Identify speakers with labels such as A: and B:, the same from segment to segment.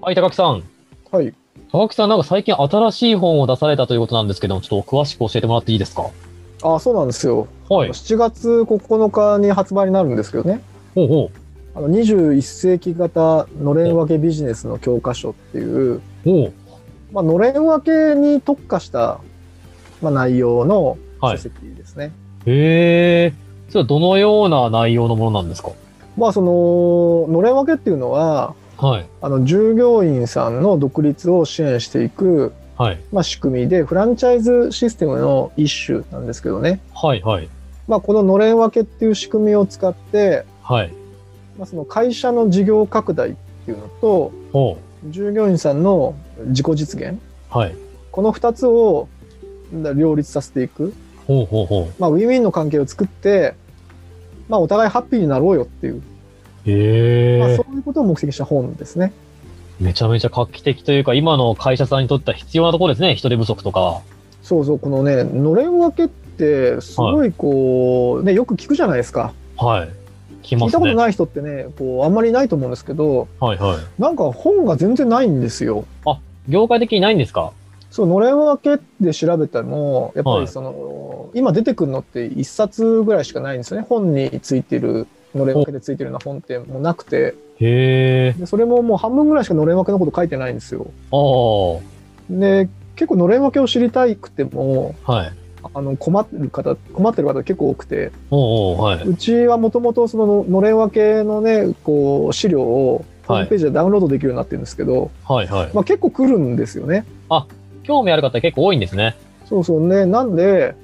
A: はい、高木さん。
B: はい。
A: 高木さん、なんか最近新しい本を出されたということなんですけども、ちょっと詳しく教えてもらっていいですか
B: あ、そうなんですよ。
A: はい。
B: 7月9日に発売になるんですけどね。
A: ほうほ
B: あの21世紀型のれん分けビジネスの教科書っていう、
A: う。ほう。
B: まあのれん分けに特化した、まあ、内容の
A: はい
B: 書籍ですね。
A: へえ。それはどのような内容のものなんですか
B: まあそののれん分けっていうのは
A: はい。
B: あの従業員さんの独立を支援していく、
A: はい。
B: まあ、仕組みでフランチャイズシステムの一種なんですけどね、
A: はい、はい。
B: まあ、こののれん分けっていう仕組みを使って、
A: はい。
B: まあ、その会社の事業拡大っていうのと
A: ほ
B: 従業員さんの自己実現
A: う。はい。
B: この2つをだ両立させていく、
A: ほうほうほ
B: まあ、ウィンウィンの関係を作って、まあ、お互いハッピーになろうよっていう、
A: う。へえ、
B: まあ、そういうことを目的にした本ですね。
A: めちゃめちゃ画期的というか、今の会社さんにとっては必要なところですね。人手不足とか。
B: そうそうこのねのれん分けってすごいこう、ね、よく聞くじゃないですか
A: はい。来ま
B: 聞い
A: す
B: たこと
A: ね。
B: ない人ってねこうあんまりいないと思うんですけど
A: はい、はい。
B: なんか本が全然ないんですよ。
A: 業界的にないんですか
B: そうのれん分けで調べてもやっぱ
A: はい
B: りその、今出てくるのって1冊ぐらいしかないんですよね本についてるのれん分けでついてるような本ってもうなくて
A: へえ。
B: でそれももう半分ぐらいしかのれん分けのこと書いてないんですよ
A: ああ。は
B: で結構のれん分けを知りたくても
A: い。
B: あの困ってる方困ってる方結構多くて
A: おうおう、はい。
B: うちはもともとそののれん分けのねこう資料をホームページでダウンロードできるようになってるんですけど、
A: はい、はい。
B: まあ、結構来るんですよね
A: 興味ある方結構多いんですね。
B: そうそうね。なんで、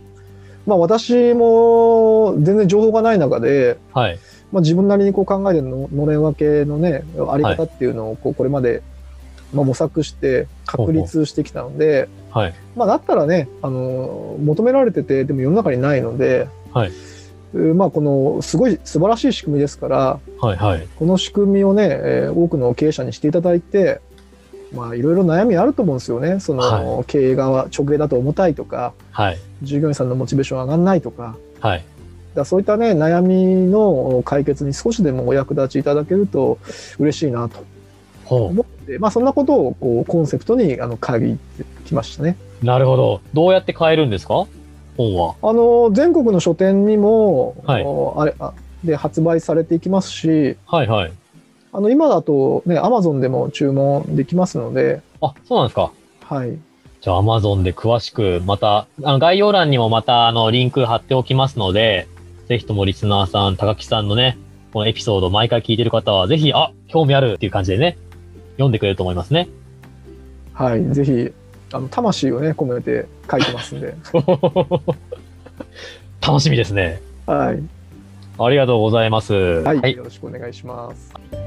B: まあ私も全然情報がない中で、
A: はい。
B: まあ自分なりにこう考えてるののれん分けのね、あり方っていうのをこうこれまで、まあ、模索して確立してきたので、
A: はい。
B: まあだったらね、あの、求められてて、でも世の中にないので、
A: はい
B: えーまあこのすごい素晴らしい仕組みですから、
A: はい、はい。
B: この仕組みをね、えー多くの経営者にしていただいて、まあいろいろ悩みあると思うんですよね。その、
A: は
B: 経営側、直営だと重たいとか、
A: はい。
B: 従業員さんのモチベーション上がんないとか、
A: はい。
B: だからそういったね、悩みの解決に少しでもお役立ちいただけると嬉しいなと
A: ほ
B: 思って、まあそんなことをこうコンセプトにあの書いてきましたね。
A: う。なるほど。どうやって変えるんですか本は。
B: あの、全国の書店にも、
A: はい
B: あのあれあで発売されていきますし、
A: はい、はい。
B: あの今だとね、アマゾンでも注文できますので、
A: あ、そうなんですか。
B: はい。
A: じゃあ、Amazon で詳しく、また、あの、概要欄にもまた、あの、リンク貼っておきますので、ぜひともリスナーさん、高木さんのね、このエピソード、毎回聞いてる方は、ぜひ、あ、興味あるっていう感じでね、読んでくれると思いますね。
B: はい。ぜひ、あの、魂をね、込めて書いてます んで、
A: 楽しみですね。
B: はい。
A: ありがとうございます。
B: はい。よろしくお願いします。